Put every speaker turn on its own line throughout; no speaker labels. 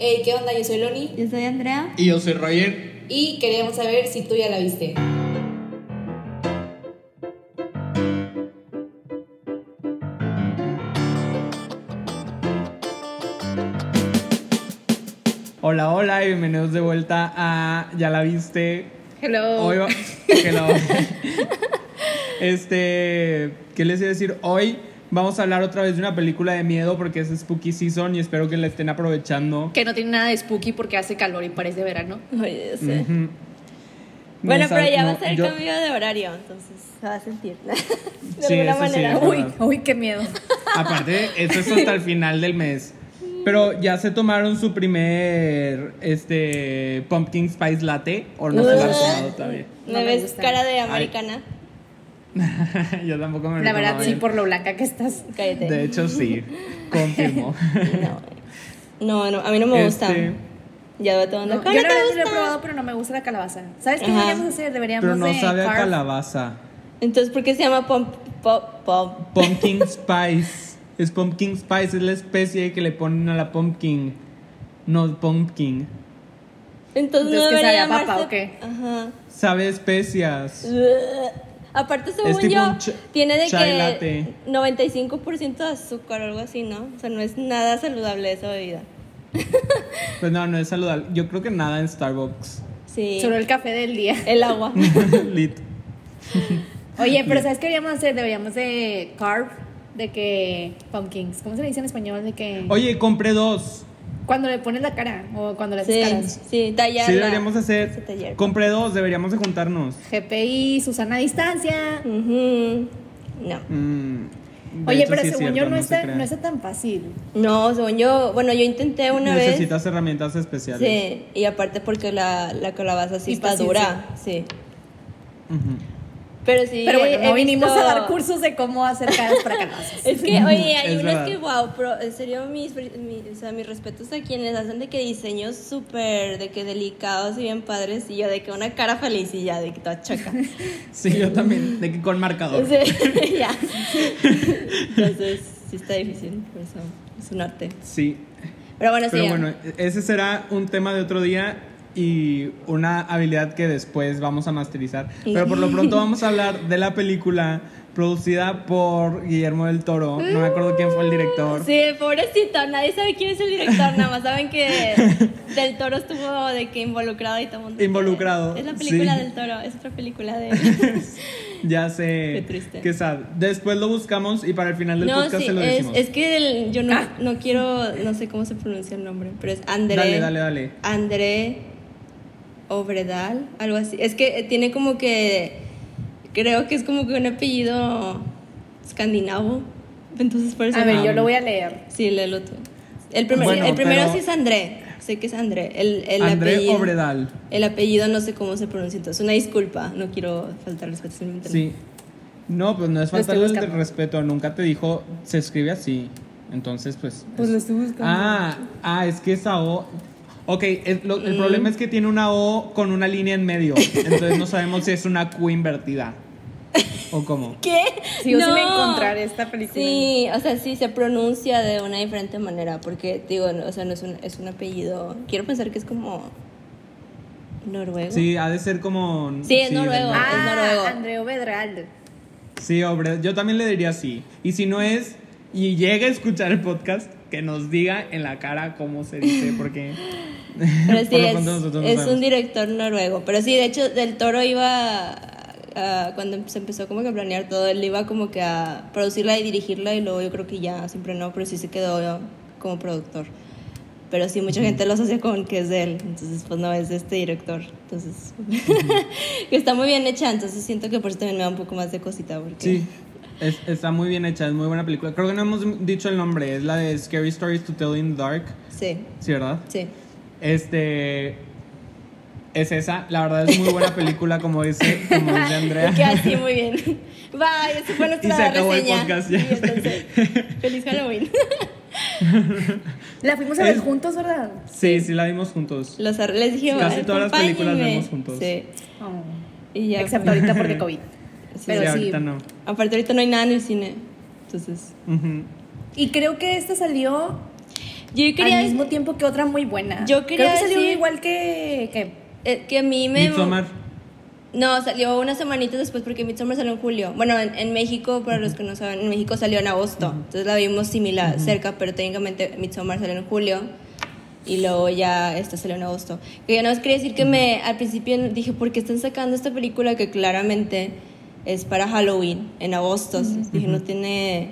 Hey, ¿qué onda? Yo soy Loni
Yo soy Andrea.
Y yo soy Roger.
y queríamos saber si tú ya la viste.
Hola, hola y bienvenidos de vuelta a Ya la viste.
Hello.
Hoy va- Hello. este, ¿qué les iba a decir? Hoy vamos a hablar otra vez de una película de miedo porque es Spooky Season y espero que la estén aprovechando.
que no tiene nada de spooky porque hace calor y parece verano.
Oye, yo sé.
Ujú. No
Bueno, pero
sab-
ya va a
no,
ser el
yo-
cambio de horario, entonces se va a sentir. De
Sí,
alguna
eso sí,
manera.
es
Uy,
verdad.
uy, qué miedo.
Aparte, esto es hasta el final del mes. Pero ya se tomaron su primer este pumpkin spice latte o no se lo han tomado todavía.
No
¿Me
me
ves
gusta.
cara de americana?
Yo tampoco me lo he
La verdad,
tomado
sí,
bien.
por lo blanca que estás.
Cállate.
De hecho, sí. Confirmo.
No, no, a mí no me gusta.
Este,
Ya va tomando
No, yo
cara.
la
te
verdad sí lo he
gusta?
probado, pero no me gusta la calabaza. ¿Sabes qué
Ajá.
deberíamos hacer? Deberíamos
pero no
de
sabe a
carve-
calabaza.
Entonces, ¿por qué se llama pop pop pop?
Pumpkin spice. Es pumpkin spice, es la especie que le ponen a la pumpkin. No pumpkin.
Entonces,
Entonces,
no
¿qué
debería
sabe a papa
llamarse-
o qué?
Ajá.
Sabe a especias.
Aparte, según
tipo
yo,
un ch-
tiene de
chai
que
latte.
95% de azúcar o algo así, ¿no? O sea, no es nada saludable esa bebida.
Pues no, no es saludable. Yo creo que nada en Starbucks.
Sí.
Solo el café del día.
El agua.
Lit.
Oye, pero ¿sabes qué deberíamos hacer? Deberíamos de carve de que pumpkins. ¿Cómo se le dice en español? De que
Oye, compré dos.
cuando le pones la cara o cuando le haces
Sí,
caras.
sí, tallarla.
Sí, deberíamos
Ese
hacer.
taller.
Compré dos, deberíamos de juntarnos.
GPI, Susana a distancia.
Ujú. No.
Mm, de
Oye,
hecho,
pero
sí es
según
cierto,
yo no, está,
se
no está tan fácil.
No, según yo, bueno, yo intenté una
Necesitas herramientas
vez.
especiales.
Sí, y aparte porque la, la calabaza sí
Y
está
paciencia.
dura, sí.
Ujú.
Pero sí.
Pero bueno,
he- he
no vinimos
visto-
a dar cursos de cómo hacer caras para calabazas.
Es que, oye, hay
Es
unas
verdad.
que, wow, pero en serio, mis, mi- o sea, mis respetos a quienes hacen de que diseños súper, de que delicados y bien padres, y yo de que una cara feliz y ya, de que toda choca.
Sí, yo también. De que con marcador.
Sí, ya. Entonces, sí está difícil, por eso es un arte.
Sí.
Pero bueno,
Pero
sí.
bueno, ese será un tema de otro día y una habilidad que después vamos a masterizar. Pero por lo pronto vamos a hablar de la película producida por Guillermo del Toro. No me acuerdo quién fue el director.
Sí, pobrecito, nadie sabe quién es el director, nada más saben que Del Toro estuvo de que involucrado y todo el mundo.
Involucrado,
Es la película
sí.
del Toro, es otra película de
Ya sé.
Qué triste.
Que sad. Después lo buscamos y para el final del
no,
podcast
sí,
se lo
es,
decimos. Ah.
es que el- yo no, no quiero, no sé cómo se pronuncia el nombre, pero es André.
Dale, dale, dale.
André Obredal, algo así. Es que eh, tiene como que, creo que es como que un apellido escandinavo, entonces por eso.
A
no.
ver,
Ah.
yo lo voy a leer.
Sí, léelo tú. El primero,
Bueno,
el primero
pero-
sí es André. Sé que es André. El, el
André
apellido,
Obredal.
El apellido no sé cómo se pronuncia. Entonces, una disculpa. No quiero faltar respeto. simplemente no.
Sí. No, pues no es
Lo estoy
faltarle el
buscando.
respeto. Nunca te dijo, se escribe así. Entonces, pues.
Pues
es-
lo estoy buscando.
Ah, ah, es que esa O. Ok, es lo-
Mm.
el problema es que tiene una O con una línea en medio. Entonces no sabemos si es una Q invertida. ¿O cómo?
¿Qué?
Sí, o sí
No.
me encontraré esta película.
Sí, o sea, sí se pronuncia de una diferente manera. Porque, digo, no, o sea, no es un, es un apellido. Quiero pensar que es como. Noruego.
Sí, ha de ser como.
Sí, es
del
noruego.
norte.
Ah,
noruego.
Andreu Bedral.
Sí, hombre, yo también le diría sí. Y si no es, y llega a escuchar el podcast, que nos diga en la cara cómo se dice, porque.
Pero
por
sí,
lo
es,
pronto nosotros no
es
sabemos.
un director noruego. Pero sí, de hecho, Del Toro iba, a- a- cuando se empezó como que a planear todo, él iba como que a producirla y dirigirla y luego yo creo que ya, siempre no, pero sí se quedó como productor. Pero sí, mucha gente lo asocia con que es de él, entonces pues no, es de este director. Entonces, que está muy bien hecha, entonces siento que por eso también me da un poco más de cosita. Porque...
Sí, es- está muy bien hecha, es muy buena película. Creo que no hemos dicho el nombre, es la de Scary Stories to Tell in the Dark,
Sí,
¿sí, verdad?
sí.
Este. Es esa, la verdad es muy buena película, como dice, como dice Andrea.
Y que así, muy bien. Bye, eso fue nuestra
Y se acabó el
reseña.
podcast, ya.
Y entonces, feliz Halloween.
La fuimos a ver
Es-
juntos, ¿verdad?
Sí, sí, la vimos juntos.
Los ar- les dije,
Casi
"Ay,
todas las películas
acompáñenme".
vemos juntos.
Sí.
Oh.
Y ya. pues,
Excepto ahorita porque COVID.
Sí,
Pero
sí,
sí.
ahorita no.
Aparte ahorita no hay nada en el cine. Entonces,
Ujú.
Y creo que esta salió
Yo quería.
al mismo tiempo que otra muy buena.
Yo quería
Creo que salió
decir-
igual que, que
eh, que a mí me.
Midsommar.
No, salió una semanita después porque Midsommar salió en julio. Bueno, en, en México, para los que no saben, en México salió en agosto. Entonces la vimos similar, cerca, pero técnicamente Midsommar salió en julio. Y luego ya esta salió en agosto. Que yo no os quería decir que me, al principio dije, ¿por qué están sacando esta película que claramente es para Halloween, en agosto? Dije, no tiene...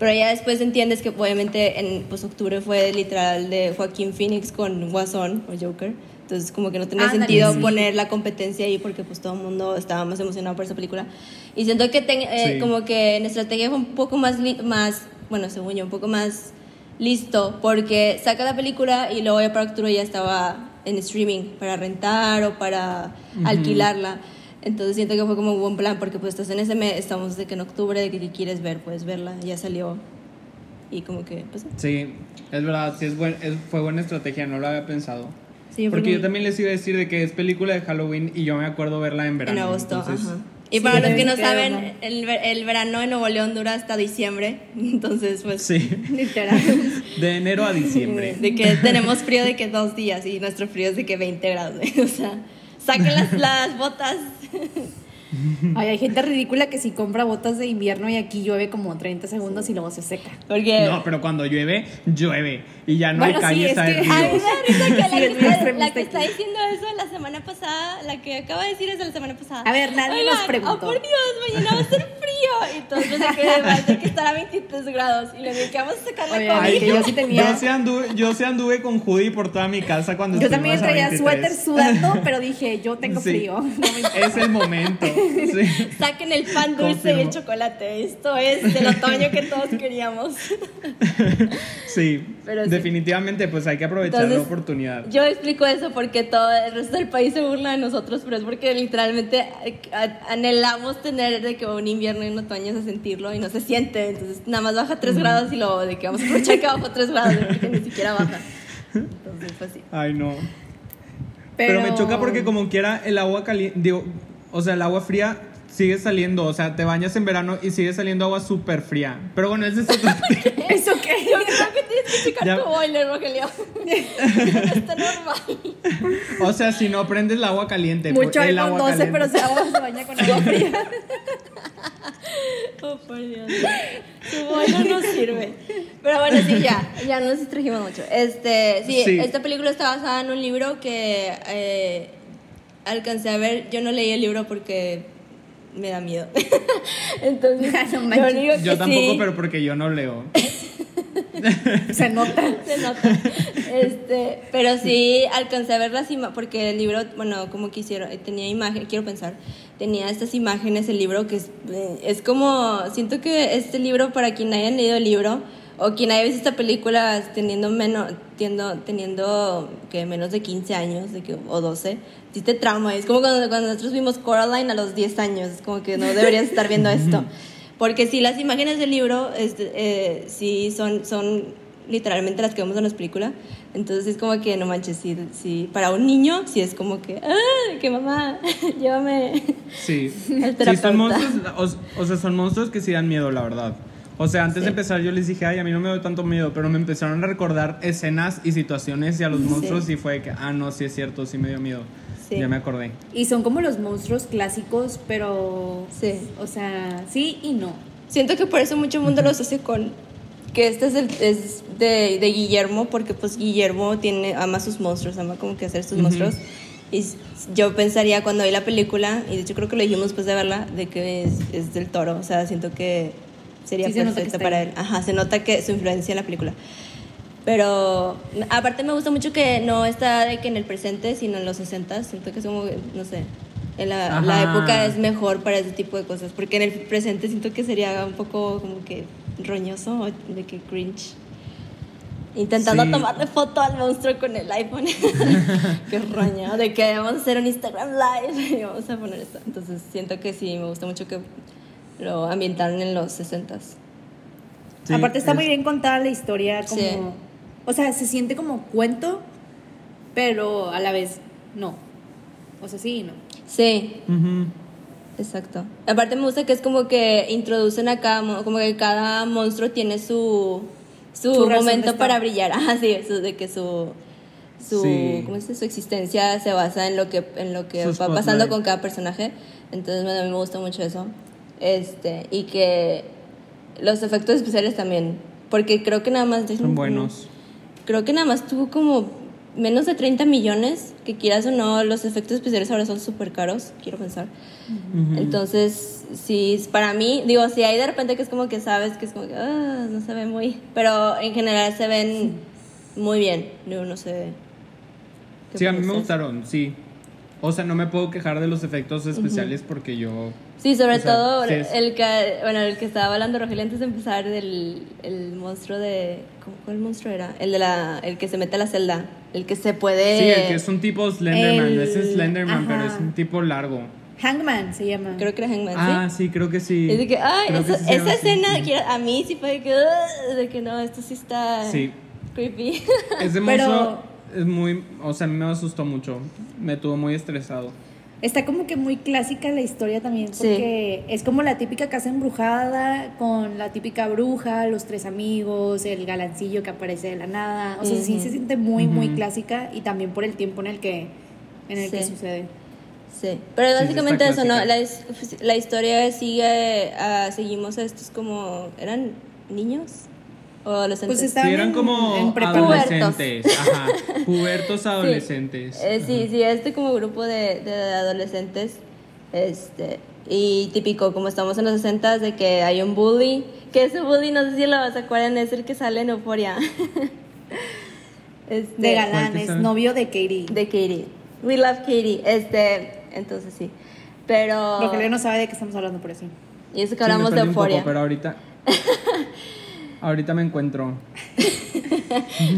Pero ya después entiendes que obviamente en pues, octubre fue literal de Joaquín Phoenix con Guasón o Joker. Entonces como que no tenía
Ándale,
sentido
sí.
poner la competencia ahí porque pues todo el mundo estaba más emocionado por esa película. Y siento que ten- eh,
Sí.
como que en estrategia fue un poco más, li- más, bueno, según yo, un poco más listo porque saca la película y luego ya para octubre ya estaba en streaming para rentar o para alquilarla. Entonces siento que fue como un buen plan porque pues estás en ese mes, estamos de que en octubre, de que, que quieres ver, puedes verla, ya salió y como que pues
Sí, es verdad, sí es buen, es- fue buena estrategia, no lo había pensado.
Sí, yo
Porque
creo
yo
que-
también les iba a decir de que es película de Halloween y yo me acuerdo verla en verano.
en agosto.
entonces-
ajá. Y
Sí,
para los que no
creo,
saben,
¿no?
el, ver- el verano en Nuevo León dura hasta diciembre, entonces pues
Sí,
literal.
de enero a diciembre.
De que tenemos frío de que dos días y nuestro frío es de que 20 grados. O sea, saquen las, las botas.
Ay, hay gente ridícula que si compra botas de invierno y aquí llueve como 30 segundos y luego se seca.
Porque
No, pero cuando llueve, llueve. Y ya no
Bueno, sí,
hay calles
es
a
que-
ver
a mí
ríos.
me da risa que la
Sí,
que,
es
está,
muy
la
extremista
que está
aquí.
diciendo eso la semana pasada, la que acaba de decir eso la semana pasada.
A ver, nadie nos preguntó.
Oh, por Dios, mañana va a ser frío. Y todos de que va a ser que estar a 23 grados. Y le dije que vamos a sacar la
Oye, ay,
comida.
que yo sí tenía-
yo sí anduve, yo sí anduve con hoodie por toda mi casa cuando
Yo también
estuvimos a
traía
23.
suéter sudando, pero dije, yo tengo
Sí.
frío.
Es el momento. sí.
Saquen el pan dulce y el
Confirmo.
chocolate. Esto es el otoño que todos queríamos.
Sí,
Pero sí.
definitivamente pues hay que aprovechar la
Entonces,
oportunidad.
Yo explico eso porque todo el resto del país se burla de nosotros, pero es porque literalmente eh, a- anhelamos tener de que un invierno y un otoño se sentirlo y no se siente. Entonces nada más baja
Mm.
3 grados y luego de que vamos a aprovechar que bajó 3 grados porque ni siquiera baja. Entonces pues sí.
Ay, no. Pero... me choca porque como quiera el agua caliente, digo, o sea, el agua fría sigue saliendo, o sea, te bañas en verano y sigue saliendo agua súper fría. Pero bueno, ese es otro tema.
¿Eso qué?
Creo que tienes que checar
Ya.
tu boiler, Rogelio. Está normal.
O sea, si no prendes el agua caliente, pues,
Mucho
el
hay
agua
con 12,
caliente.
pero se agua se baña con agua fría.
Oh, por Dios. Tu boiler no sirve. Pero bueno, sí, ya. Ya nos distrajimos mucho. Este, sí,
Sí.
esta película está basada en un libro que eh, alcancé a ver. Yo no leí el libro porque me da miedo. Entonces,
No
lo
manches.
único que
Yo tampoco,
sí-
pero porque yo no leo.
Se nota.
se nota. Este, pero sí alcancé a ver las imágenes, porque el libro, bueno, como quisiera, eh, tenía imagen, quiero pensar, tenía estas imágenes, el libro que es, eh, es como, siento que este libro, para quien hayan leído el libro, o quien haya visto esta película teniendo menos, teniendo, teniendo que menos de 15 años de que, o 12, sí te trauma. Es como cuando, cuando nosotros vimos Coraline a los 10 años, es como que no deberías estar viendo esto. Porque si las imágenes del libro este, eh, sí son, son literalmente las que vemos en las películas, entonces es como que no manches, sí, sí, para un niño sí es como que, ¡ah! Que mamá, llévame.
Sí.
El
Sí,
terapeuta.
son monstruos, o, o sea, son monstruos que sí dan miedo, la verdad. O sea, antes de empezar yo les dije, ay, a mí no me da tanto miedo, pero me empezaron a recordar escenas y situaciones y a los monstruos y fue de que, ah, no, sí es cierto, sí me dio miedo.
Sí.
Ya me acordé.
Y son como los monstruos clásicos, pero.
Sí.
O sea, sí y no.
Siento que por eso mucho mundo lo asocia con que este es, el, es de, de Guillermo, porque pues Guillermo tiene, ama sus monstruos, ama como que hacer sus monstruos. Y s- yo pensaría cuando vi la película, y de hecho creo que lo dijimos después de verla, de que es, es del toro, o sea, siento que sería
Sí, se nota que
perfecta
está
para
ahí.
él. Ajá, se nota que su influencia en la película. Pero aparte me gusta mucho que no está de que en el presente, sino en los 60. Siento que es como, no sé, en la, la
Ajá.
época es mejor para ese tipo de cosas. Porque en el presente siento que sería un poco como que roñoso, o de que cringe. Intentando
Sí.
tomarle foto al monstruo con el iPhone. Qué roña, de que vamos a hacer un Instagram live y vamos a poner esto. Entonces siento que sí, me gusta mucho que lo ambientaron en los 60s.
Sí,
Aparte, está
es-
muy bien contada la historia, como.
Sí.
O sea, se siente como cuento, pero a la vez no. O sea, sí y no.
Sí,
Ujú.
Exacto. Aparte me gusta que es como que introducen a cada, mon- como que cada monstruo tiene su, su,
Su razón de
momento
estar.
para brillar. Ah, sí, eso de que su su
Sí.
¿cómo se dice? su existencia se basa en lo que en lo que
Su
va pasando
spotlight.
con cada personaje. Entonces, bueno, a mí me gusta mucho eso. Este, y que los efectos especiales también, porque creo que nada más
Son buenos.
Creo que nada más tuvo como menos de 30 millones, que quieras o no, los efectos especiales ahora son súper caros, quiero pensar.
Ujú.
Entonces, sí, es- para mí, digo, si hay de repente que es como que sabes que es como que "Ah, no se ve muy. Pero en general se ven muy bien. Digo, no sé. qué
Sí, a mí me
piensas.
gustaron, sí. O sea, no me puedo quejar de los efectos especiales porque yo...
Sí, sobre
O sea,
todo
sí es-
el que bueno, el que estaba hablando Rogelio antes de empezar del el monstruo de ¿cómo- ¿cuál monstruo era? El de la el que se mete a la celda, el que se puede
Sí, el que es un tipo Slenderman,
el-
ese es Slenderman, pero
ajá.
es un tipo largo.
Hangman se llama.
creo que era Hangman, ¿sí?
Ah, sí, creo que sí.
Es de que, ay,
Creo que
eso-
sí se llama
esa
así.
escena, quiero- a mí sí fue de que, "Ugh", de que no, esto sí está
Sí.
creepy.
Ese
Pero-
monstruo es muy... O sea, a mí me asustó mucho. Me tuvo muy estresado.
Está como que muy clásica la historia también,
Sí.
porque es como la típica casa embrujada con la típica bruja, los tres amigos, el galancillo que aparece de la nada. O sea, sí
Ujú.
se siente muy, muy
Ujú.
clásica y también por el tiempo en el que, en el que
Sí.
sucede.
Sí, pero
está
básicamente eso, ¿no?
clásica.
La, his- la historia sigue, ah, seguimos a estos como, ¿eran niños? ¿O adolescentes?
Pues está-
Sí, eran
Estaban en-
como
en prepa.
adolescentes. Ajá, pubertos adolescentes.
Eh, sí, sí, este como grupo de, de adolescentes, este, y típico, como estamos en los 60 de que hay un bully, que ese bully, no sé si lo vas a acuerdan, es el que sale en Euforia. este,
De
¿Cuál que
galanes,
sabe?
novio de Katie.
de Katie. We love Katie. Este, entonces sí. Pero...
Rogelio no sabe de qué estamos hablando por eso.
Y eso que
Sí, me
hablamos de
perdí un poco,
Euforia.
pero ahorita... ahorita me encuentro.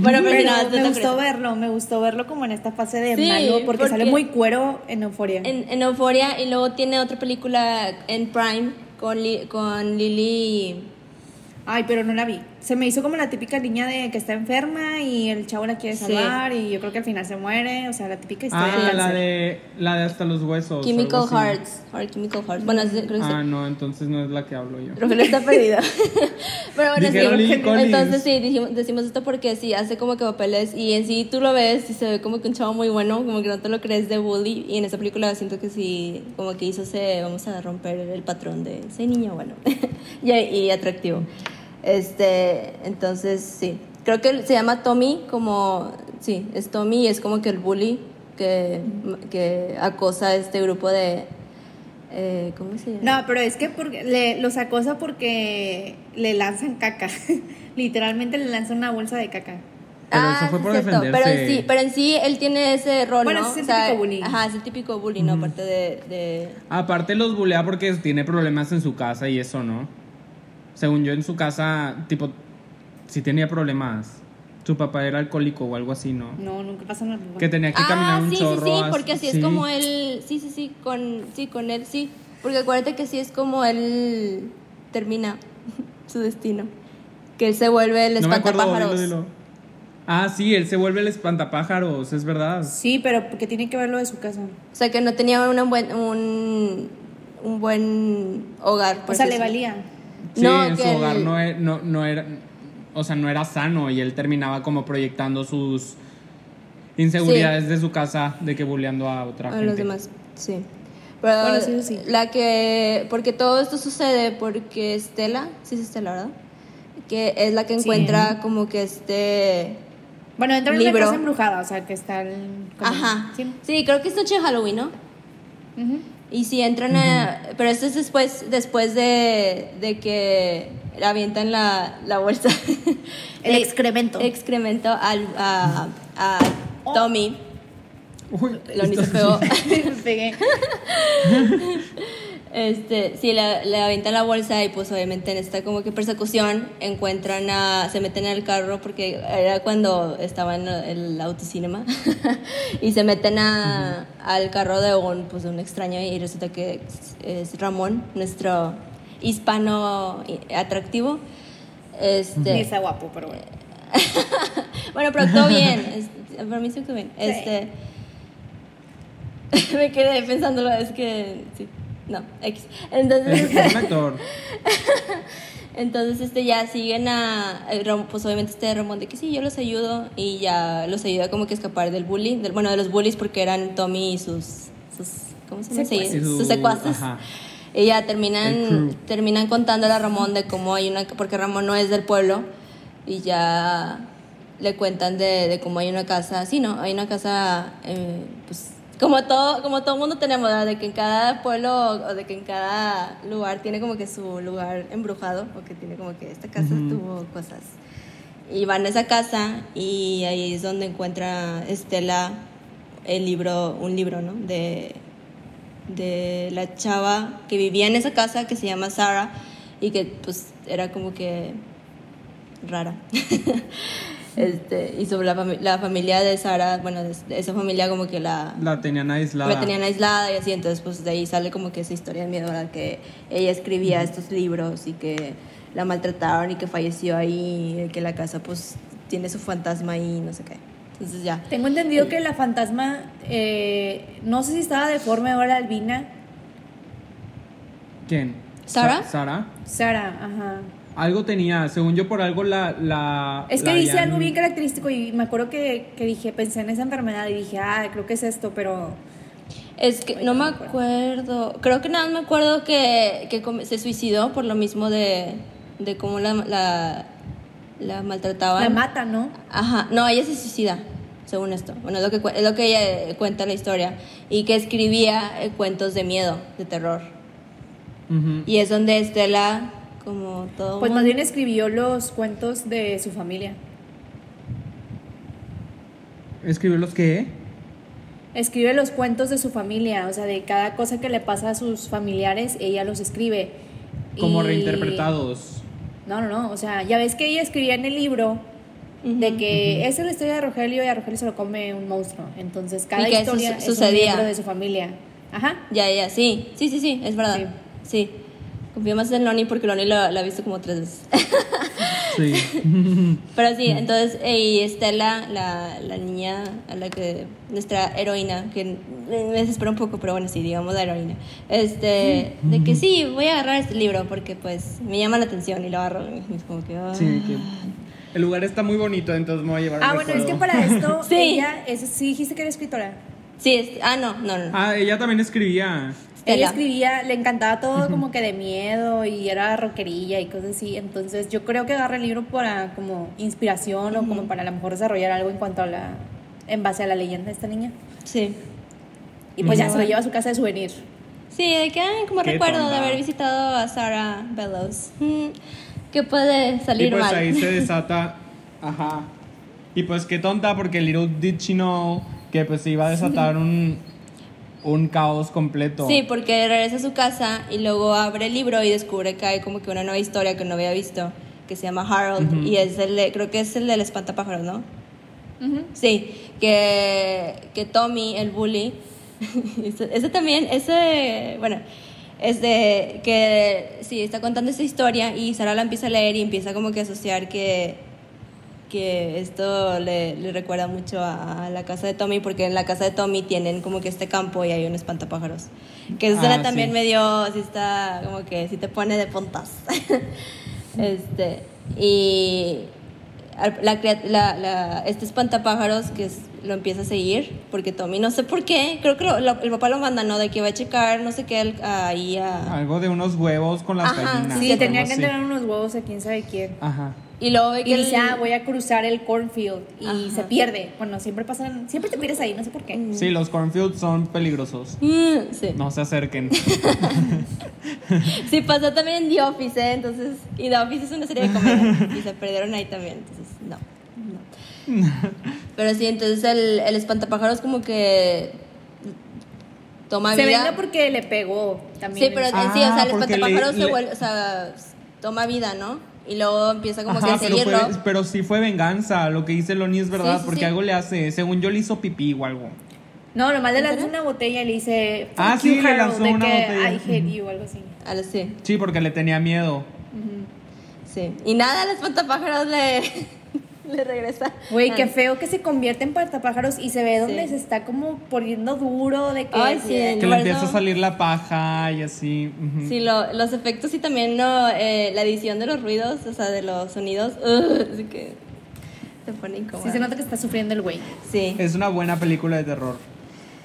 Bueno, pero,
Pero
no, tú
me
te
gustó
acuerdas.
verlo, me gustó verlo como en esta fase de
Sí,
malo, porque,
porque-
sale muy cuero en euforia.
En, en Euforia y luego tiene otra película en Prime con, Li- con Lily.
Ay, pero no la vi. Se me hizo como la típica niña de que está enferma y el chavo la quiere
Sí.
salvar y yo creo que al final se muere. O sea, la típica
Este,
historia
Ah,
del
la
cáncer.
de, la de hasta los huesos.
Chemical
Pues algo así.
Hearts. Heart- Chemical Hearts. Bueno, sí, creo que sí.
Ah, no, entonces no es la que hablo yo.
Rogelio está perdido. Pero bueno,
Dijeron
sí.
Lily Collins.
Entonces sí, dijimos- decimos esto porque sí, hace como que papeles y en sí tú lo ves y se ve como que un chavo muy bueno, como que no te lo crees de bully. Y en esta película siento que sí, como que hizo ese, vamos a romper el patrón de ese niño bueno y, y atractivo. Este, entonces sí. Creo que se llama Tommy, como, sí, es Tommy y es como que el bully que, que acosa a este grupo de. eh, ¿Cómo se llama?
No, pero es que porque le, los acosa porque le lanzan caca. Literalmente le lanzan una bolsa de caca.
Pero eso
Ah,
fue
sí,
por
es cierto.
defenderse.
Pero en, sí, pero en sí él tiene ese rol,
Bueno,
¿no?
ese es el típico bullying.
Ajá, es el típico bullying, ¿no? Aparte de, de...
Aparte los bulea porque tiene problemas en su casa y eso, ¿no? Según yo en su casa, tipo, sí tenía problemas. Su papá era alcohólico o algo así, ¿no?
No, nunca pasa nada.
Que tenía que caminar
ah,
un
sí, sí,
chorro.
sí,
as-
porque así
sí.
es como él... Sí, sí, sí, con, sí, con él, sí. Porque acuérdate que sí es como él termina su destino. Que él se vuelve el
No me acuerdo,
espantapájaros.
dilo, dilo. Ah, sí, él se vuelve el espantapájaros, es verdad.
Sí, pero porque tiene que ver lo de su casa.
O sea, que no tenía una buen, un, un buen hogar. por
O sea,
así
le
decirlo.
valía.
Sí,
No,
en su
que
hogar
él-
no, e- no, no era, o sea, no era sano y él terminaba como proyectando sus inseguridades de su casa, de que bulleando a otra
A
gente.
los demás, sí. Pero
Bueno, sí, sí.
la que. Porque todo esto sucede porque Estela, sí es Estela, ¿verdad? Que es la que encuentra como que este.
Bueno, entra en una
Libro.
casa embrujada, o sea, que está el. como-
Ajá.
Sí.
Sí. creo que es noche de Halloween, ¿no?
Ujú.
Y si entran a. Pero esto es después, después de, de que le avientan la, la bolsa. E
El excremento.
Excremento al, a, a
Oh.
Tommy.
Uy,
Lo ni se
esto-
pegó.
Pegué.
Este, sí, le, le avientan la bolsa y pues obviamente en esta como que persecución encuentran a, se meten al carro porque era cuando estaba en el autocinema y se meten a, al carro de un, pues, de un extraño y resulta que es, es Ramón, nuestro hispano i- atractivo. Este,
Y está guapo, pero bueno.
bueno, pero actuó bien. es- para mí sí actuó bien.
Sí.
Este, me quedé pensándolo, es que sí. No, X. Entonces,
Es, es un actor.
Entonces, este, ya siguen a, el Ram- pues obviamente este Ramón de que sí, yo los ayudo y ya los ayuda como que a escapar del bully, del- bueno, de los bullies porque eran Tommy y sus, sus ¿cómo se llama? Sí,
Secuaces.
sus secuaces.
Ajá.
Y ya
El crew.
terminan, terminan contándole a Ramón de cómo hay una, porque Ramón no es del pueblo y ya le cuentan de, de cómo hay una casa, sí, no, hay una casa, eh, pues como todo, como todo mundo tenemos, ¿verdad? de que en cada pueblo o de que en cada lugar tiene como que su lugar embrujado o que tiene como que esta casa
Ujú.
tuvo cosas. Y van a esa casa y ahí es donde encuentra Estela el libro, un libro, ¿no? De, de la chava que vivía en esa casa que se llama Sara y que pues era como que rara. este, y sobre la, fami- la familia de Sara, bueno, de, de esa familia como que la,
La tenían aislada.
la tenían aislada y así, entonces pues de ahí sale como que esa historia de miedo, ¿verdad? Que ella escribía estos libros y que la maltrataron y que falleció ahí, y que la casa pues tiene su fantasma ahí, no sé qué. Entonces ya.
Tengo entendido que la fantasma, eh, no sé si estaba deforme ahora Albina,
¿Quién?
¿Sara?
Sa- Sara.
Sara, ajá.
Algo tenía, según yo, por algo la. la
Es que
la
dice
habían-
algo bien característico y me acuerdo que, que dije, pensé en esa enfermedad y dije, ah, creo que es esto, pero
Es que no me acuerdo. Creo que nada más me acuerdo que, que com- se suicidó por lo mismo de, de cómo la, la, la maltrataban.
la mata, ¿no?
Ajá, no, ella se suicida, según esto. Bueno, es lo que, cu- es lo que ella eh, cuenta en la historia. Y que escribía eh, cuentos de miedo, de terror.
Ujú.
Y es donde Estela, como todo.
Pues más
mundo-
bien escribió los cuentos de su familia.
¿Escribió los qué?
Escribe los cuentos de su familia, o sea, de cada cosa que le pasa a sus familiares, ella los escribe.
Como
Y-
reinterpretados.
No, no, no, o sea, ya ves que ella escribía en el libro de que esa es la historia de Rogelio y a Rogelio se lo come un monstruo. Entonces, cada
Y que eso
historia
su-
es
sucedía.
un miembro de su familia. Ajá.
Ya, ya, sí. Sí, sí, sí, es verdad. Sí. Confío más en Lonnie porque Lonnie la- la ha visto como tres veces.
Sí.
Pero sí, entonces, eh, y Estela, la, la niña a la que, nuestra heroína, que me me desespera un poco, pero bueno, sí, digamos la heroína, este, de que sí, voy a agarrar este libro porque pues me llama la atención y lo agarro. Y es como que, ah.
sí, que- Ah. El lugar está muy bonito, entonces me voy a llevar
Ah,
un
bueno, es que
recuerdo.
para esto,
Sí.
ella, es, sí dijiste que era escritora.
Sí, es- ah, no, no, no.
Ah, ella también escribía.
Estela.
Ella escribía, le encantaba todo como que de miedo y era rockerilla y cosas así. Entonces yo creo que agarra el libro para como inspiración o como para a lo mejor desarrollar algo en cuanto a la, en base a la leyenda de esta niña.
Ah.
Sí.
Y pues ya
Ujú.
se lo lleva a su casa de souvenir.
Sí, de que, ay, como
Qué
recuerdo de
tonta.
haber visitado a Sarah Bellows. Mm, que puede salir
Y pues
mal.
ahí se desata. Ajá. Y pues qué tonta, porque Little Did She Know que pues se iba a desatar un, un caos completo.
Sí, porque regresa a su casa y luego abre el libro y descubre que hay como que una nueva historia que no había visto, que se llama Harold,
Ujú.
y es el de- creo que es el del espantapájaros, ¿no? Sí, que, que Tommy, el bully, ese, ese también, ese, bueno, es de que sí, está contando esa historia y Sara la empieza a leer y empieza como que a asociar que, que esto le, le recuerda mucho a, a la casa de Tommy, porque en la casa de Tommy tienen como que este campo y hay un espantapájaros. Que eso
Ah,
Sara
sí.
también me dio, sí está como que sí te pone de puntas. este, y al- la, cria- la- la- este espantapájaros que es- lo empieza a seguir, porque Tommy, no sé por qué, creo que lo- lo- el papá lo manda, ¿no? De que va a checar, no sé qué, el- ahí
Ah.
a...
Algo de unos huevos con las
Ajá,
gallinas.
sí,
Sí,
algo
tenía que
así.
tener unos huevos a quién sabe quién.
Ajá.
Y luego ve que...
Y
el-
dice, ah, voy a cruzar el cornfield y
Ajá.
se pierde. Bueno, siempre pasan, siempre te pierdes ahí, no sé por qué.
Sí, los cornfields son peligrosos.
Mm, sí.
No se acerquen.
Sí, pasó también en The Office, ¿eh? Entonces, y The Office es una serie de comedia. y se perdieron ahí también. Entonces, no. no. Pero sí, entonces el, el espantapájaros como que toma
Se
vida.
venga porque le pegó también.
Sí, pero
Ah,
sí, o sea, el
porque le-
espantapájaros se
le-
vuelve, o sea, toma vida, ¿no? Y luego empieza como que
Ajá,
a
pero, pues fue-
seguirlo.
pero sí fue venganza. Lo que dice Lonnie es verdad,
Sí, sí,
porque
sí.
algo le hace. Según yo le hizo pipí o algo.
No, nomás le lanzó una botella y le dice. "Fuck
Ah, sí,
you,
le
Harold",
lanzó
de
una
que,
botella.
I hate you, o algo así.
A la- sí,
Sí, porque le tenía miedo.
sí. Y nada, el espantapájaros le. Le regresa.
Güey, qué
Ah.
feo que se convierte en partapájaros y se ve donde se está como poniendo duro de que...
Ay, sí.
Que le
Por
empieza a
eso-
salir la paja y así. ujú.
Sí, lo- los efectos y también no, eh, la edición de los ruidos, o sea, de los sonidos. ugh, así que se pone incómodo.
Sí se nota que está sufriendo el güey.
Sí,
Es una buena película de terror.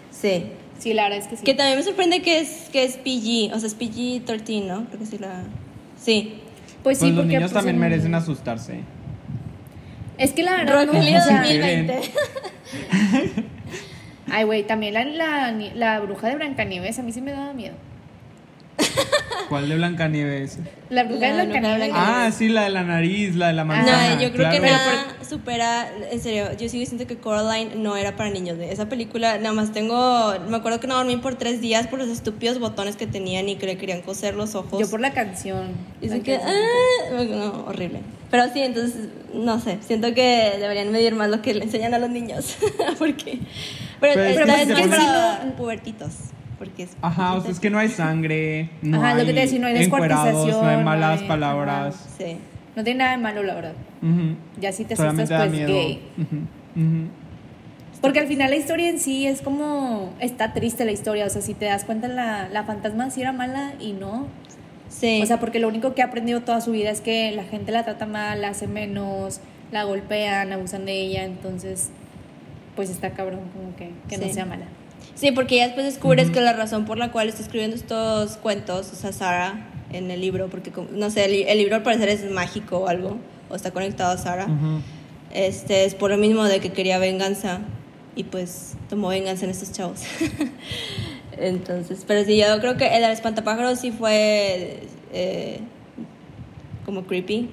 sí.
Sí, la verdad es que sí.
Que también me sorprende que es, que es PG, o sea, es PG-13, ¿no? Creo que sí la... Sí.
Pues,
Pues sí,
los
porque,
niños
pues,
también
en-
merecen asustarse.
Es que la verdad... no,
Rogelio
o sea,
2020.
Ay, güey, también la, la, ni- la bruja de Blancanieves a mí sí me daba miedo.
¿Cuál de Blancanieves?
La
La bruja de
bruja de
Blancanieves.
Ah, sí, la de la nariz, la de la manzana.
no, yo creo que
claro.
nada supera, en serio, yo sigo diciendo que Coraline no era para niños. de Esa película, nada más tengo, me acuerdo que no dormí por tres días por los estúpidos botones que tenían y que le querían coser los ojos.
Yo por la canción.
Dicen Pues
La
que,
canción.
"Ah", no, horrible. Pero sí, entonces, no sé, siento que deberían medir más lo que le enseñan a los niños. porque, pero,
Pero
esta
es que
es
si
más
te pones-
para pubertitos. Porque es
Ajá, o sea, es que no hay sangre, no
Ajá,
hay
lo que te decía, no hay
encuerados, no hay
descuartización,
malas
no hay-
palabras.
Sí.
No tiene nada de malo, la verdad.
Ujú.
Ya si te asustas,
Solamente da
pues
miedo.
gay.
Ujú, ujú.
Porque al final la historia en sí es como... Está triste la historia. O sea, si te das cuenta, la, la fantasma sí era mala y no.
Sí.
O sea, porque lo único que ha aprendido toda su vida es que la gente la trata mal, la hace menos, la golpean, abusan de ella. Entonces, pues está cabrón como que, que
Sí.
no sea mala.
Sí, porque ya después descubres que la razón por la cual está escribiendo estos cuentos, o sea, Sara, en el libro, porque, como- no sé, el, li- el libro al parecer es mágico o algo, o está conectado a Sara,
Ujú.
este, es por lo mismo de que quería venganza y pues tomó venganza en estos chavos. Entonces, pero sí, yo creo que el del espantapájaro sí fue eh, como creepy.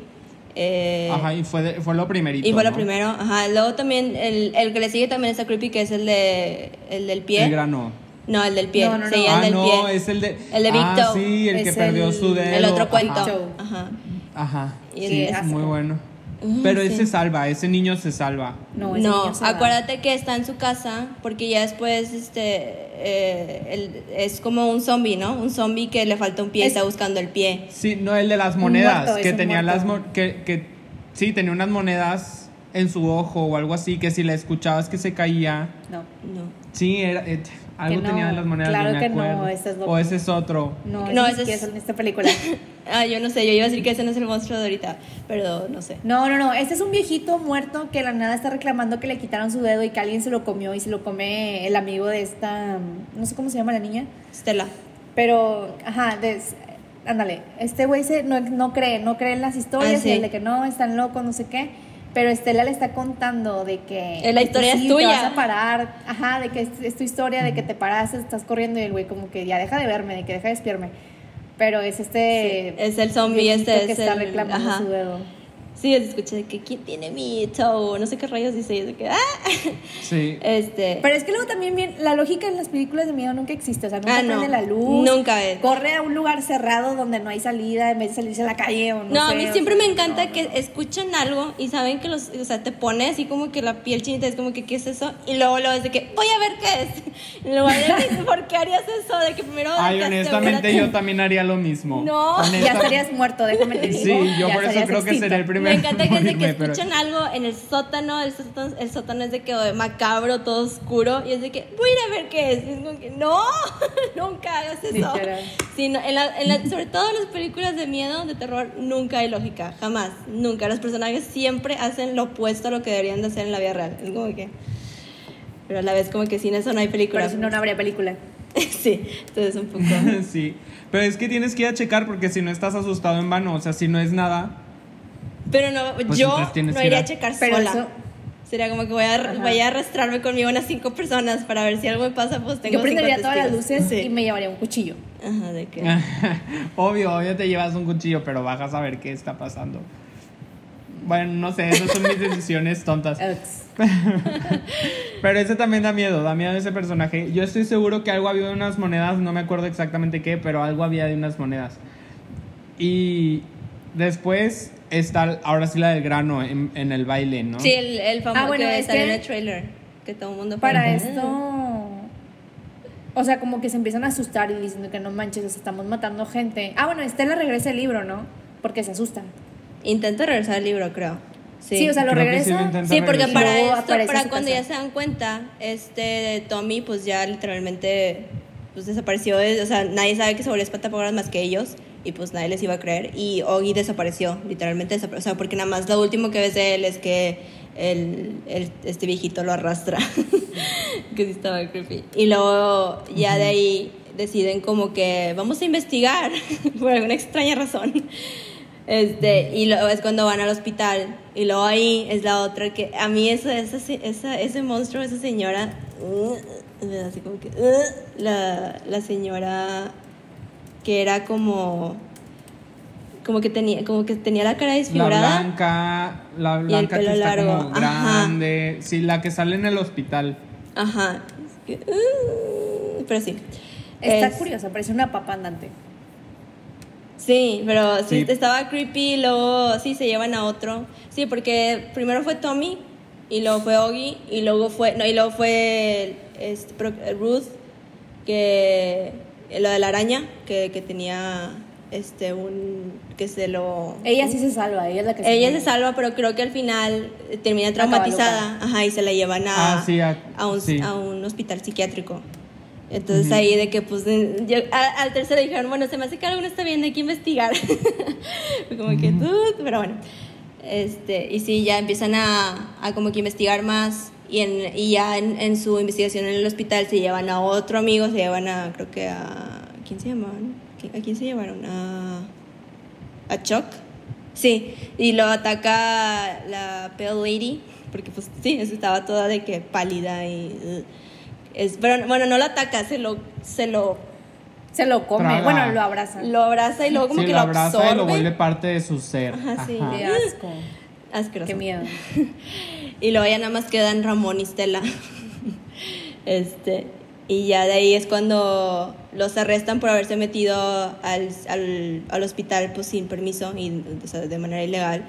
Eh,
Ajá, y fue, de- fue lo primerito.
y fue lo
¿no?
primero, ajá. Luego también, el, el que le sigue también está creepy, que es el, de, el del pie.
El grano.
No, el del pie.
No, no, no.
Seguía
ah,
el del
no,
pie.
es el de.
El de Big
Ah,
Toe.
sí, el que
Es
perdió
el-
su dedo.
El otro
Ajá.
cuento.
Show.
Ajá.
Ajá.
Y el
sí,
de
es
asco.
muy bueno.
Ujú,
Pero
sí.
ese salva, ese niño se salva.
No, ese
No,
niño se va.
acuérdate que está en su casa porque ya después este eh, el- es como un zombie, ¿no? Un zombie que le falta un pie y
Es-
está buscando el pie.
Sí, no, el de las monedas.
muerto, es
que
un
tenía
muerto.
las mon- que, que sí, tenía unas monedas en su ojo o algo así, que si la escuchabas que se caía.
No.
No.
Sí, era, et- algo
no,
tenía de las monedas.
claro
no me
que no,
acuerdo.
ese es lo-
O ese es otro.
No,
No,
no
ese
es que
es-
es en esta película.
Ah, yo no sé, yo iba a decir que ese no es el monstruo de ahorita, pero no sé.
No, no, no. Este es un viejito muerto que de la nada está reclamando que le quitaron su dedo y que alguien se lo comió y se lo come el amigo de esta. No sé cómo se llama la niña.
Stella.
Pero, ajá, des- ándale. Este güey se- no, no cree, no cree en las historias
Ah, sí.
y el de que no, están locos, no sé qué. Pero Estela le está contando de que.
Eh, la historia
que
es
sí,
tuya.
Te vas a parar. Ajá, de que es, es tu historia, de que te paraste, estás corriendo y el güey, como que ya deja de verme, de que deja de espiarme. Pero es este.
Sí, es el zombie, este
viejito que
es
está
el-
reclamando
ajá.
su dedo.
Sí, escuché de que quién tiene mi toe, no sé qué rayos dice, y es de que ah,
Sí.
Eh,
este
Pero es que luego también bien, la lógica en las películas de miedo nunca existe, o sea, nunca
Ah, no.
prende la luz.
Nunca es.
Corre a un lugar cerrado donde no hay salida en vez de salirse a la calle o no
No, a
sé,
mí
o
siempre
sea,
me encanta
no,
que escuchan algo y saben que los, o sea, te pone así como que la piel chinita es como que qué es eso y luego luego es de que voy a ver qué es. En lugar de decir, ¿por qué harías eso? De que primero
Ay,
te
honestamente
aseguras-
yo también haría lo mismo.
No.
no.
Honesta-
Ya estarías muerto, déjame te digo.
Sí, yo
ya
por eso
estarías
creo que
extinto.
sería el
Me
primero.
encanta que es de que
morirme, pero-
escuchan algo en el sótano, el sótano, el sótano es de que oh, macabro, todo oscuro y es de que voy a ir a ver qué es. Y es como que no, nunca hagas eso.
Literal.
Sí, no, en la- en la- sobre todo en las películas de miedo, de terror, nunca hay lógica, jamás, nunca. Los personajes siempre hacen lo opuesto a lo que deberían de hacer en la vida real. Es como que... Pero a la vez como que sin eso no hay película.
Pero si no, no habría película.
sí, entonces un poco...
sí. Pero es que tienes que ir a checar porque si no estás asustado en vano, o sea, si no es nada,
Pero no,
Pues
yo
entonces tienes
no
que ir
iría
a-
a checar
Pero
sola.
eso-
Sería como que voy a,
Ajá.
voy a arrastrarme conmigo unas cinco personas para ver si algo me pasa, pues tengo
Yo prendería
cinco
todas las
testigos.
luces
Sí.
y me llevaría un cuchillo.
Ajá, de que...
Ah, obvio, obvio te llevas un cuchillo, pero bajas a ver qué está pasando. Bueno, no sé, esas son mis decisiones tontas.
Ex.
Pero ese también da miedo, da miedo ese personaje. Yo estoy seguro que algo había de unas monedas, no me acuerdo exactamente qué, pero algo había de unas monedas. Y después está, ahora sí la del grano en, en el baile, ¿no?
Sí, el, el famoso
Ah, bueno,
que
es
salió
que-
en el trailer, que todo el mundo...
Para
fue-
esto. O sea, como que se empiezan a asustar y diciendo que no manches, o sea, estamos matando gente. Ah, bueno, Estela regresa el libro, ¿no? Porque se asusta.
Intento regresar al libro, creo.
Sí, o sea, lo
Creo que sí lo
regresa.
intenta
Sí, porque
regresar.
para
Luego
esto,
aparece en
para
su
cuando
casa.
ya se dan cuenta, este Tommy pues ya literalmente pues desapareció, eh, o sea, nadie sabe que se volvió espantapájaros más que ellos y pues nadie les iba a creer y Oggy desapareció, literalmente desapareció, o sea, porque nada más lo último que ves de él es que el, el- este viejito lo arrastra, que sí estaba creepy. Y luego ya de ahí deciden como que vamos a investigar por alguna extraña razón. Este, y luego es cuando van al hospital. Y luego ahí es la otra que a mí esa, esa, esa- ese monstruo, esa señora, uh, me da así como que, uh, la, la señora que era como, como que tenía, como que tenía la cara
La
desfigurada.
blanca, la blanca que
pelo
está como
largo, ajá.
grande. Sí, la que sale en el hospital.
Ajá. Es que, uh, pero sí.
Está
Es-
curiosa, parece una papa andante.
Sí, pero sí,
Sí.
estaba creepy, luego sí se llevan a otro. Sí, porque primero fue Tommy y luego fue Oggy y luego fue no, y luego fue este, pro- Ruth que lo de la araña que, que tenía este un que se lo
Ella sí se salva, ella es la que
ella se
muere.
salva, pero creo que al final eh, termina
Acaba
traumatizada ajá, y se la llevan a,
Ah, sí, a-
un,
sí.
a un hospital psiquiátrico. Entonces ahí de que pues de- yo- a- al tercero dijeron, bueno, se me hace que algo no está bien, hay que investigar. como que "Dude", pero bueno. Este, y sí, ya empiezan a, a como que investigar más y, en, y ya en, en su investigación en el hospital se llevan a otro amigo, se llevan a, creo que a... ¿Quién se llamaban? ¿A quién se llevaron? A... ¿A Chuck? Sí, y lo ataca la Pale Lady, porque pues sí, estaba toda de que pálida y... eh, Es, pero bueno, no lo ataca, se lo, se lo,
Se lo come,
Traga.
bueno, lo abraza.
lo abraza y luego como
sí,
que
la
lo
abraza
absorbe.
y lo vuelve parte de su ser.
Ajá, sí.
Qué asco.
Ah, Asqueroso.
Qué miedo.
Y luego ya nada más quedan Ramón y Stella. este, y ya de ahí es cuando los arrestan por haberse metido al, al, al hospital pues, sin permiso y o sea, de manera ilegal.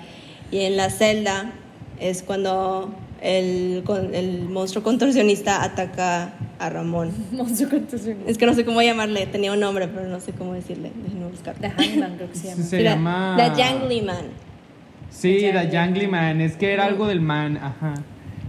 Y en la celda es cuando el, con- el monstruo contorsionista ataca a Ramón.
Monstruo con tus uñas.
Es que no sé cómo llamarle, tenía un nombre, pero no sé cómo decirle. Déjenme buscar.
The Hangman creo que se llama.
Se
La-
llama...
The Jangly Man.
Sí,
The
The
Jangly
Jangly Man. Es que era algo del man. Ajá.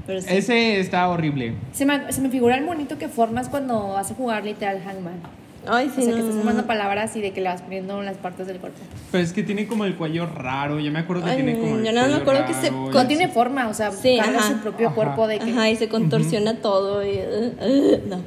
Pero sí.
Ese está horrible.
Se me, se me figura el monito que formas cuando vas a jugar literal Hangman.
Ay, sí,
o sea, que
no,
estás
no,
formando
no.
palabras y de que le vas poniendo las partes del cuerpo.
Pero es que tiene como el cuello raro. Yo me acuerdo que
Ay,
tiene como. el
yo nada más me
cuello
acuerdo que se-
raro y
No tiene forma, o sea,
Sí,
carga
ajá.
su propio
Ajá.
cuerpo de que...
Ajá, y se contorsiona todo. y, eh, eh, no.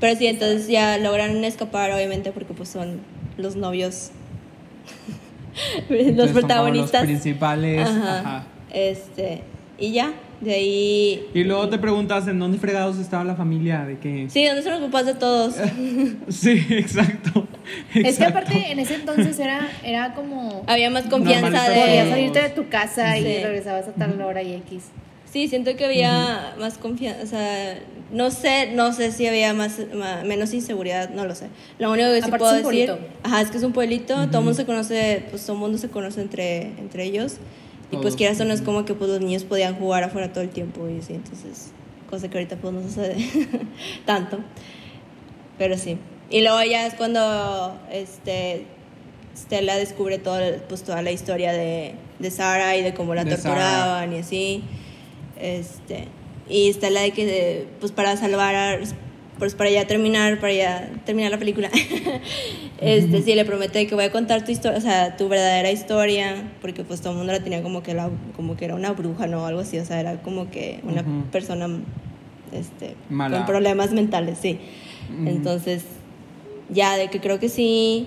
Pero sí, entonces ya lograron escapar, obviamente, porque pues son los novios,
Entonces
los
son como
protagonistas.
Los principales.
Ajá.
Ajá.
Este, y ya, de ahí...
Y luego te preguntas en dónde fregados estaba la familia, de qué.
Sí, ¿dónde son los papás de todos?
Sí, exacto.
Es que
exacto.
aparte en ese entonces era, era como...
Había más confianza
Normalizado.
Podías
de...
salirte de tu casa
Sí.
y regresabas a tal hora y X.
Sí, siento que había más confianza, o sea, no sé, no sé si había más, ma- menos inseguridad, no lo sé. Lo único que sí
Aparte
puedo
es un
decir,
pueblito.
ajá, es que es un pueblito, todo el mundo se conoce, pues todo el mundo se conoce entre, entre ellos y pues
Todos.
quieras o no es como que pues los niños podían jugar afuera todo el tiempo y así, entonces, cosa que ahorita pues no sucede tanto, pero sí. Y luego ya es cuando, este, Stella descubre todo, el- pues toda la historia de, de Sara y de cómo la
De Sarah.
torturaban y así. Este, y está la de que, pues para salvar, a- pues para ya terminar, para ya terminar la película, este, sí, le promete que voy a contar tu historia, o sea, tu verdadera historia, porque pues todo el mundo la tenía como que, la, como que era una bruja, ¿no? Algo así, o sea, era como que una
Ujú.
persona este,
Mala.
con problemas mentales, sí.
Ujú.
Entonces, ya de que creo que sí,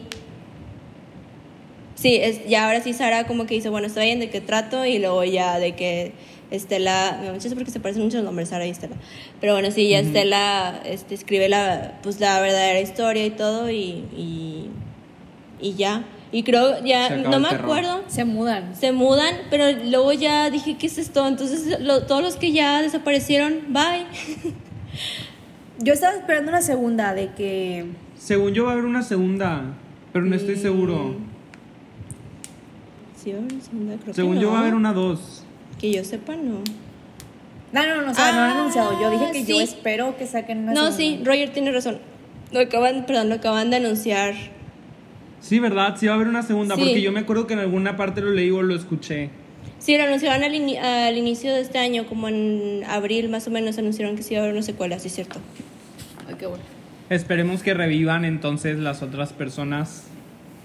Sí, es, ya ahora sí Sara como que dice, bueno, está bien, ¿de qué trato? Y luego ya de que Estela, me mucho porque se parecen mucho los nombres Sara y Estela. Pero bueno, sí, ya Estela este, escribe la, pues, la verdadera historia y todo y, y, y ya. Y creo,
Se
ya,
acaba
no
el
me
terror.
acuerdo,
Se mudan.
se mudan, pero luego ya dije, ¿qué es esto? Entonces lo- todos los que ya desaparecieron, bye.
Yo estaba esperando una segunda de que...
Mm. Según yo va a haber una segunda, pero no estoy seguro.
Sí, ahora segunda, creo que
Según yo
no.
va a haber una dos.
Que yo sepa, no.
No, no, no, o sea, no han
Ah,
anunciado. Yo dije que yo
sí.
espero que saquen una
No,
segunda.
sí, Roger tiene razón. Lo acaban, perdón, lo acaban de anunciar.
Sí, ¿verdad? Sí va a haber una segunda,
Sí.
porque yo me acuerdo que en alguna parte lo leí o lo escuché.
Sí, lo anunciaron al, ini- al inicio de este año, como en abril más o menos, anunciaron que sí iba a haber una secuela, sí es cierto.
Ay, qué bueno.
Esperemos que revivan entonces las otras personas.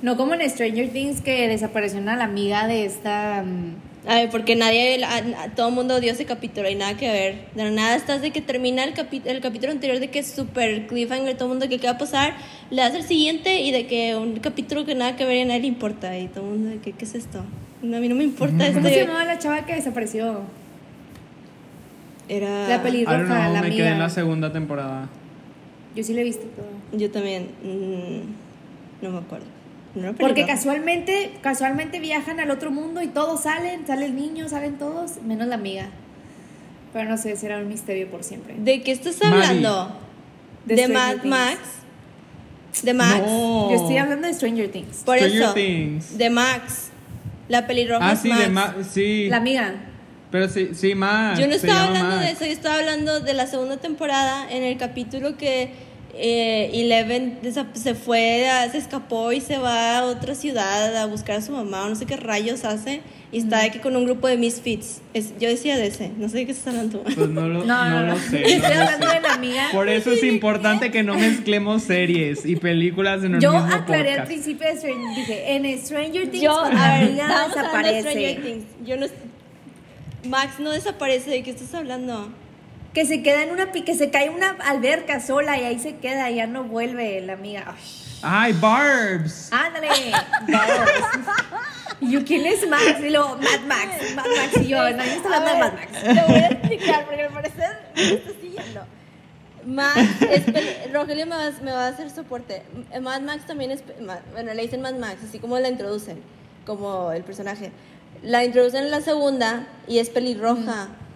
No como en Stranger Things que desapareció una la amiga de esta. mm,
Ay, porque nadie, a- a- todo el mundo odió ese capítulo y nada que ver. De la nada estás de que termina el, capi- el capítulo anterior de que es super cliffhanger, todo el mundo que qué va a pasar, le das el siguiente y de que un capítulo que nada que ver y a nadie le importa. Y todo el mundo de que, ¿qué es esto? No, a mí no me importa
Este-
este
¿Cómo se
esto.
llamaba la chava que desapareció?
Era...
La peli- Y
I don't
Roja,
know,
la
me quedé en
amiga.
la segunda temporada.
Yo sí la he visto todo.
Yo también. mm, no me acuerdo. No era
Porque
pelirroja.
casualmente, casualmente viajan al otro mundo y todos salen, sale el niño, salen todos, menos la amiga. Pero no sé, será un misterio por siempre.
¿De qué estás
Maddie.
hablando?
De
¿De
Stranger
Mad
Things.
Max? ¿De Max?
No.
Yo estoy hablando de Stranger Things.
Por
Stranger
eso.
Things.
De Max. La pelirroja
Ah,
es
sí,
Max.
de Ma- sí.
La amiga.
Pero sí, sí, Max.
Yo no
se
estaba
llama
hablando de
Max.
eso, yo estaba hablando de la segunda temporada en el capítulo que eh, Eleven desa- se fue, a- se escapó y se va a otra ciudad a buscar a su mamá o no sé qué rayos hace y está aquí con un grupo de misfits. Es- yo decía de ese, no sé de qué estás hablando.
Pues no lo,
No,
no
no,
lo
no.
sé.
Estoy
no lo
hablando
sé.
de la amiga.
Por eso es importante que no mezclemos series y películas en el
Yo
mismo
aclaré al
podcast.
principio de Stranger dije, en Stranger Things
Yo,
cuando
a
la
ver,
amiga
estábamos hablando de Stranger
desaparece.
Things. Yo no, Max no desaparece, ¿de qué estás hablando?
Que se queda en una pi- que se cae en una alberca sola y ahí se queda, ya no vuelve la amiga. Ay,
Ay, Barbs.
ándale. Vamos. Y yo, ¿quién es Max? Y luego, Mad Max, Mad Pues, Max y yo, no, yo estoy hablando de Mad Max.
Te voy a explicar porque al parecer no me estás siguiendo. Max es peli- Rogelio me va, me va a hacer soporte. M- Mad Max también es. pe- Ma- Bueno, le dicen Mad Max, así como la introducen, como el personaje. La introducen en la segunda y es pelirroja.
Mm.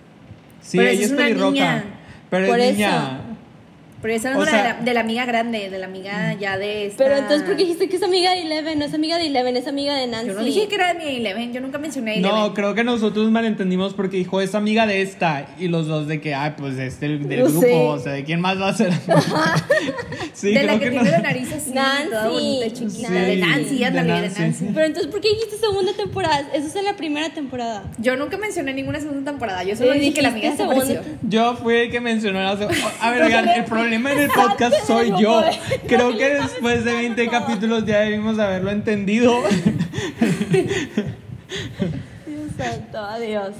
Sí,
Pero esa
ella
es
es
una
pelirroja.
niña.
Pero
Por
es
eso.
niña.
Pero esa
O
no era de,
sea- Mm.
la, de la amiga grande, de la amiga ya de esta...
Pero entonces, ¿por qué dijiste que es amiga de Eleven? No es amiga de Eleven, es amiga de Nancy.
Yo no dije que era de mi Eleven, yo nunca mencioné a Eleven.
No, creo que nosotros malentendimos porque dijo es amiga de esta y los dos de que, ay, pues es del, del
No
grupo,
sé.
o sea, ¿de quién más va a ser? sí,
de la que
no-
tiene la nariz así,
Nancy.
toda bonita, chiquita.
Sí,
de Nancy,
de
ándale, de
Nancy.
Nancy.
Pero entonces, ¿por qué dijiste segunda temporada? Eso es en la primera temporada.
Yo nunca mencioné ninguna segunda temporada. Yo solo
Eh,
dije que la amiga
dijiste
desapareció.
segunda-
Yo fui el que mencionó la seg- A ver, oigan, el problema en el podcast soy
Sáquenme,
yo.
por
Creo que después de 20 capítulos ya debimos haberlo entendido.
Dios santo, adiós.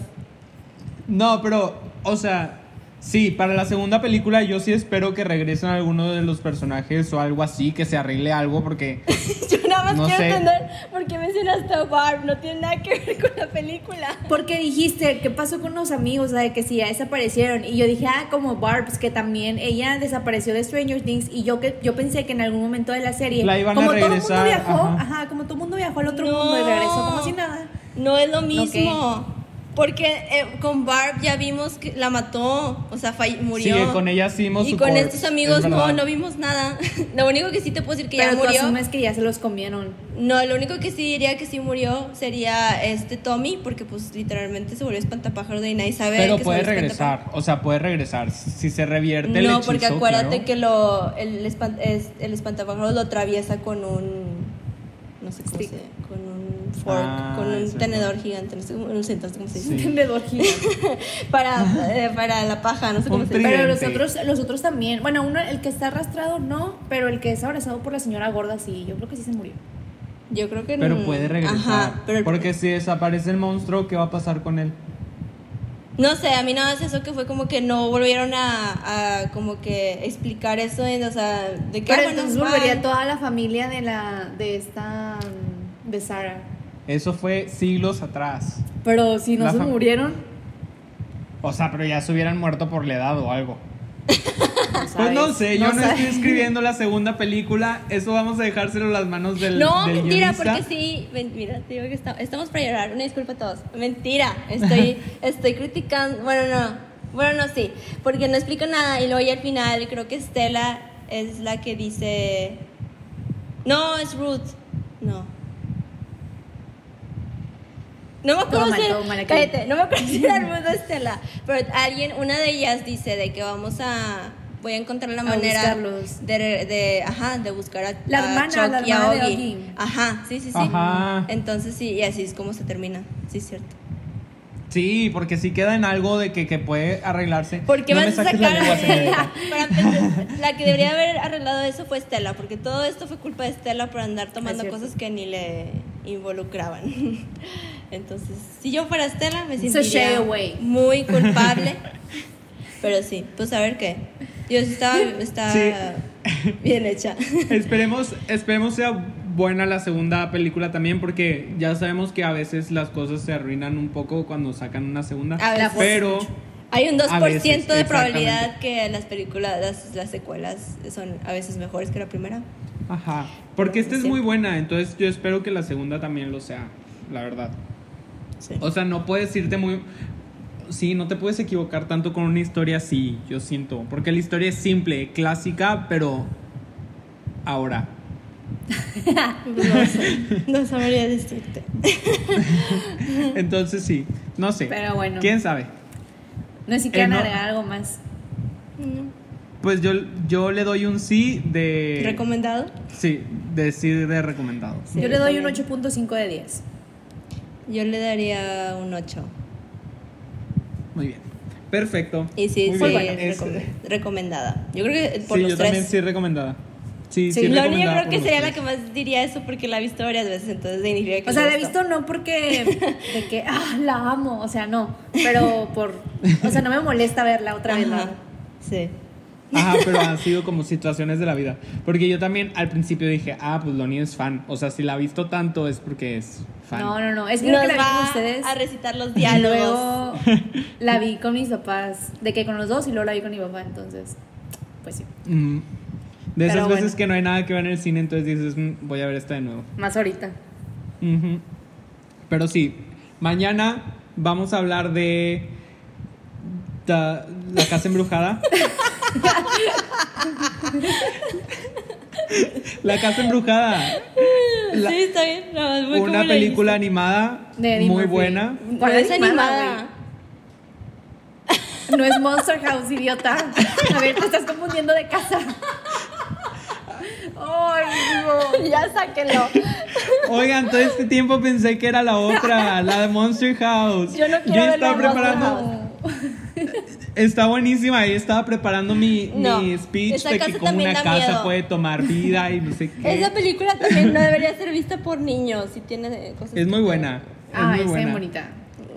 No, pero, o sea, sí, para la segunda película yo sí espero que regresen algunos de los personajes o algo así, que se arregle algo, porque
Yo nada más
No
quiero
sé.
entender por qué mencionaste a Barb. No tiene nada que ver con la película.
Porque dijiste, ¿qué pasó con los amigos? O sea, que si ya desaparecieron. Y yo dije, ah, como Barbs, que también ella desapareció de Stranger Things. Y yo que yo pensé que en algún momento de la serie.
La iban a
como todo
regresar,
el mundo viajó,
ajá.
ajá. como todo el mundo viajó al otro
No.
mundo y regresó como si nada.
No es lo mismo. Porque eh, con Barb ya vimos que la mató. O sea, fall- murió.
Sí, con ella sí vimos
Y
su
con
corpse,
estos amigos
es
no,
verdad.
no vimos nada. Lo único que sí te puedo decir que
Pero
ya
tú
murió.
asumes que ya se los comieron.
No, lo único que sí diría que sí murió sería este Tommy, porque pues literalmente se volvió espantapájaro de ahí, nadie sabe.
pero
que se
puede
volvió
regresar, o sea, puede regresar. Si se revierte el
no,
hechizo,
porque acuérdate
claro.
que lo, el, espan- es- el espantapájaros lo atraviesa con un. No sé cómo
Stick.
se Con un fork,
Ah,
con un
es verdad.
tenedor gigante, no sé cómo, no sé entonces cómo se dice.
Sí.
Vendedor gigante.
Para, eh, para la paja, no sé cómo
Un
se dice.
Pero los
Tridente.
otros, los otros también. Bueno, uno, el que está arrastrado no, pero el que es abrazado por la señora gorda sí. Yo creo que sí se murió.
Yo creo que
Pero
no-
puede regresar.
Ajá, pero el-
Porque si desaparece el monstruo, ¿qué va a pasar con él?
No sé, a mí nada más eso que fue como que no volvieron a, a como que explicar eso, en, o sea, de que.
Pero
ah, bueno,
entonces
bye.
volvería toda la familia de la de esta mm, de Sara.
Eso fue siglos atrás.
Pero si no
La
se
fam-
murieron,
O sea, pero ya se hubieran muerto por la edad o algo. Pues
sabes,
no sé, yo no,
sabes.
estoy escribiendo la segunda película. Eso vamos a dejárselo en las manos del.
No,
del
mentira,
guionista.
porque sí. men- Mira, te digo que esta- estamos para llorar. Una disculpa a todos. Mentira, estoy, estoy criticando. Bueno, no. Bueno, no, sí. Porque no explico nada. Y luego ya al final creo que Estela es la que dice. No, es Ruth. No. No me acuerdo
Todo mal,
si era-
todo mal aquí.
cállate, no me acuerdo si era Ruth o Estela. Pero alguien, una de ellas dice de que vamos a. Voy a encontrar la
A
manera
buscarlos.
de, de, ajá, de buscar a a
La hermana,
Chuck
la
y a
hermana de
Oggy.
Oggy.
Ah, Ajá, sí, sí, sí.
Ajá.
Entonces sí, y así es como se termina, sí es cierto.
Sí, porque si queda en algo de que, que puede arreglarse.
¿Por qué
no me
vas a
saques la
sacar?
lengua, señorita.
Para empezar, la que debería haber arreglado eso fue Estela, porque todo esto fue culpa de Estela por andar tomando
cierto.
cosas que ni le involucraban. Entonces, si yo fuera Estela, me
It's a
sentiría
shade away.
muy culpable. Pero sí, pues a ver qué. Yo sí estaba, estaba bien hecha.
Esperemos, esperemos sea buena la segunda película también, porque ya sabemos que a veces las cosas se arruinan un poco cuando sacan una segunda.
A veces.
pero
Hay un 2%
A veces,
de
exactamente.
probabilidad que las películas, las, las secuelas son a veces mejores que la primera.
Ajá. Porque esta es
Sí.
muy buena, entonces yo espero que la segunda también lo sea, la verdad.
Sí.
O sea, no puedes irte muy... Sí, no te puedes equivocar tanto con una historia así, yo siento. Porque la historia es simple, clásica, pero ahora.
No, sé, no sabría decirte.
Entonces sí, no sé.
Pero bueno.
¿Quién sabe?
No sé si quieren
Eh, no.
agregar algo más.
Pues yo, yo le doy un sí de...
¿Recomendado?
Sí, de sí de recomendado.
Sí,
Yo le doy un
también.
8.5 de 10.
Yo le daría un 8.
Muy bien. Perfecto.
Y sí,
Muy
sí,
bien.
es
Es- eh,
recome- recomendada. Yo creo que por
sí, yo
los
también
tres.
sí recomendada. Sí, sí,
Sí,
Loni, yo
recomendada
creo
por
que
los
sería
tres.
la que más diría eso porque la he visto varias veces, entonces significa que
O sea,
le
la he
gustó.
visto no porque de que ah, la amo, o sea, no, pero por o sea, no me molesta verla otra vez. la
Ajá,
verdad.
Sí.
Ajá, pero han sido como situaciones de la vida. Porque yo también al principio dije, ah, pues Loni es fan. O sea, si la ha visto tanto es porque es fan.
No, no, no, es que creo
Nos
que la vi
va
con ustedes.
a recitar los
Y
diálogos.
luego la vi con mis papás, de que con los dos y luego la vi con mi papá, entonces pues sí,
Mm. De esas
Pero
veces
bueno.
que no hay nada que ver en el cine, entonces dices, "Mm, voy a ver esta de nuevo.
más ahorita.
Ujú. Pero sí, mañana vamos a hablar de ta- la casa embrujada. la casa embrujada. La-
sí, está bien. nada más voy como
una
la
película animada
De Eddie
muy
Murphy.
buena.
hice.
¿Cuál
No es
es animada,
animada?
No es Monster House, idiota. A ver, te estás confundiendo de casa. Ay, no.
ya sáquenlo.
Oigan, todo este tiempo pensé que era la otra, la de Monster House.
Yo no quiero ver la
estaba
de Monster
preparando.
House.
Está buenísima, yo estaba preparando mi,
No,
mi speech
esa
de
casa
que como
también
una
da
casa
miedo.
puede tomar vida y no sé qué.
Esa película también no debería ser vista por niños. Si tiene eh, cosas
Es
que
muy
te-
buena. Ah, Es
Ay,
muy
está bien
buena.
bonita.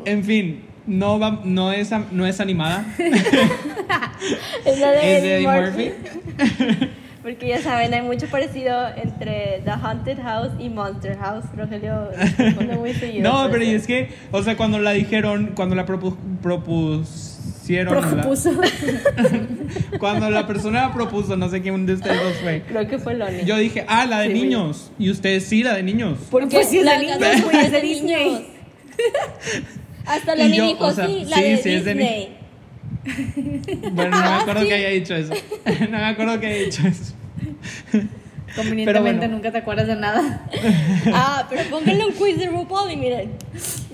En fin, no, va- no, es, am- no es animada.
Es la de
es de Eddie Murphy.
Porque ya saben, hay mucho parecido entre The Haunted House y Monster House. Rogelio pone muy seguido. pues,
No, pero
entonces-
y es que, o sea, cuando la dijeron, cuando la propu- propusieron. la-
Propuso.
cuando la persona la propuso, no sé quién de ustedes dos fue.
Creo que fue Lonnie.
Yo dije, ah, la de
Sí, güey.
niños. Y ustedes sí, la de niños.
Porque
Pues sí, es de
la-
niños,
las dos
güey, es de
son
Disney.
niños. Hasta
Y
Lonnie
yo,
dijo,
o sea,
sí, la
sí,
de
sí, es de ni-
Disney.
Bueno, no me acuerdo que haya dicho eso. No me acuerdo que haya dicho eso.
Convenientemente
bueno.
nunca te acuerdas de nada.
ah, pero pónganle un quiz de RuPaul y miren.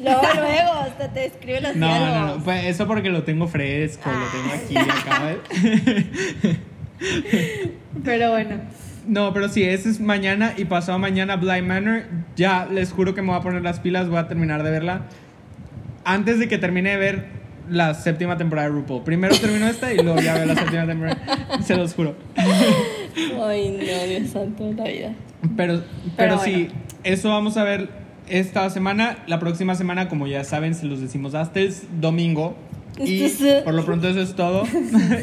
Luego, luego, hasta te escribe las
No,
diálogos.
no, no. Pues eso porque lo tengo fresco, lo tengo aquí, acá.
Pero bueno.
No, pero sí, ese es mañana y pasado mañana Blind Manor. Ya les juro que me voy a poner las pilas, voy a terminar de verla. Antes de que termine de ver la séptima temporada de RuPaul. Primero termino esta y luego ya veo la séptima temporada. Se los juro.
Ay, no, Dios santo de la vida.
Pero, pero,
Pero
sí,
bueno.
eso vamos a ver esta semana. La próxima semana, como ya saben, se los decimos hasta el domingo. Y
eh,
por lo pronto eso es todo.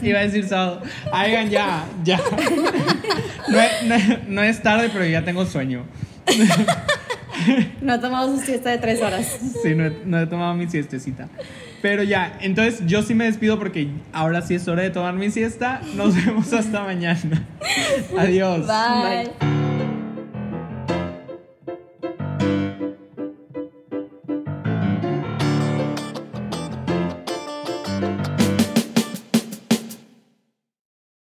Iba a decir sábado. Hagan ya, ya. No, es- no es- no es tarde, pero ya tengo sueño.
No tomamos su siesta de tres horas.
Sí, no he, no he tomado mi siestecita. Pero ya, entonces yo sí me despido porque ahora sí es hora de tomar mi siesta. Nos vemos hasta mañana. Adiós.
Bye.
Bye.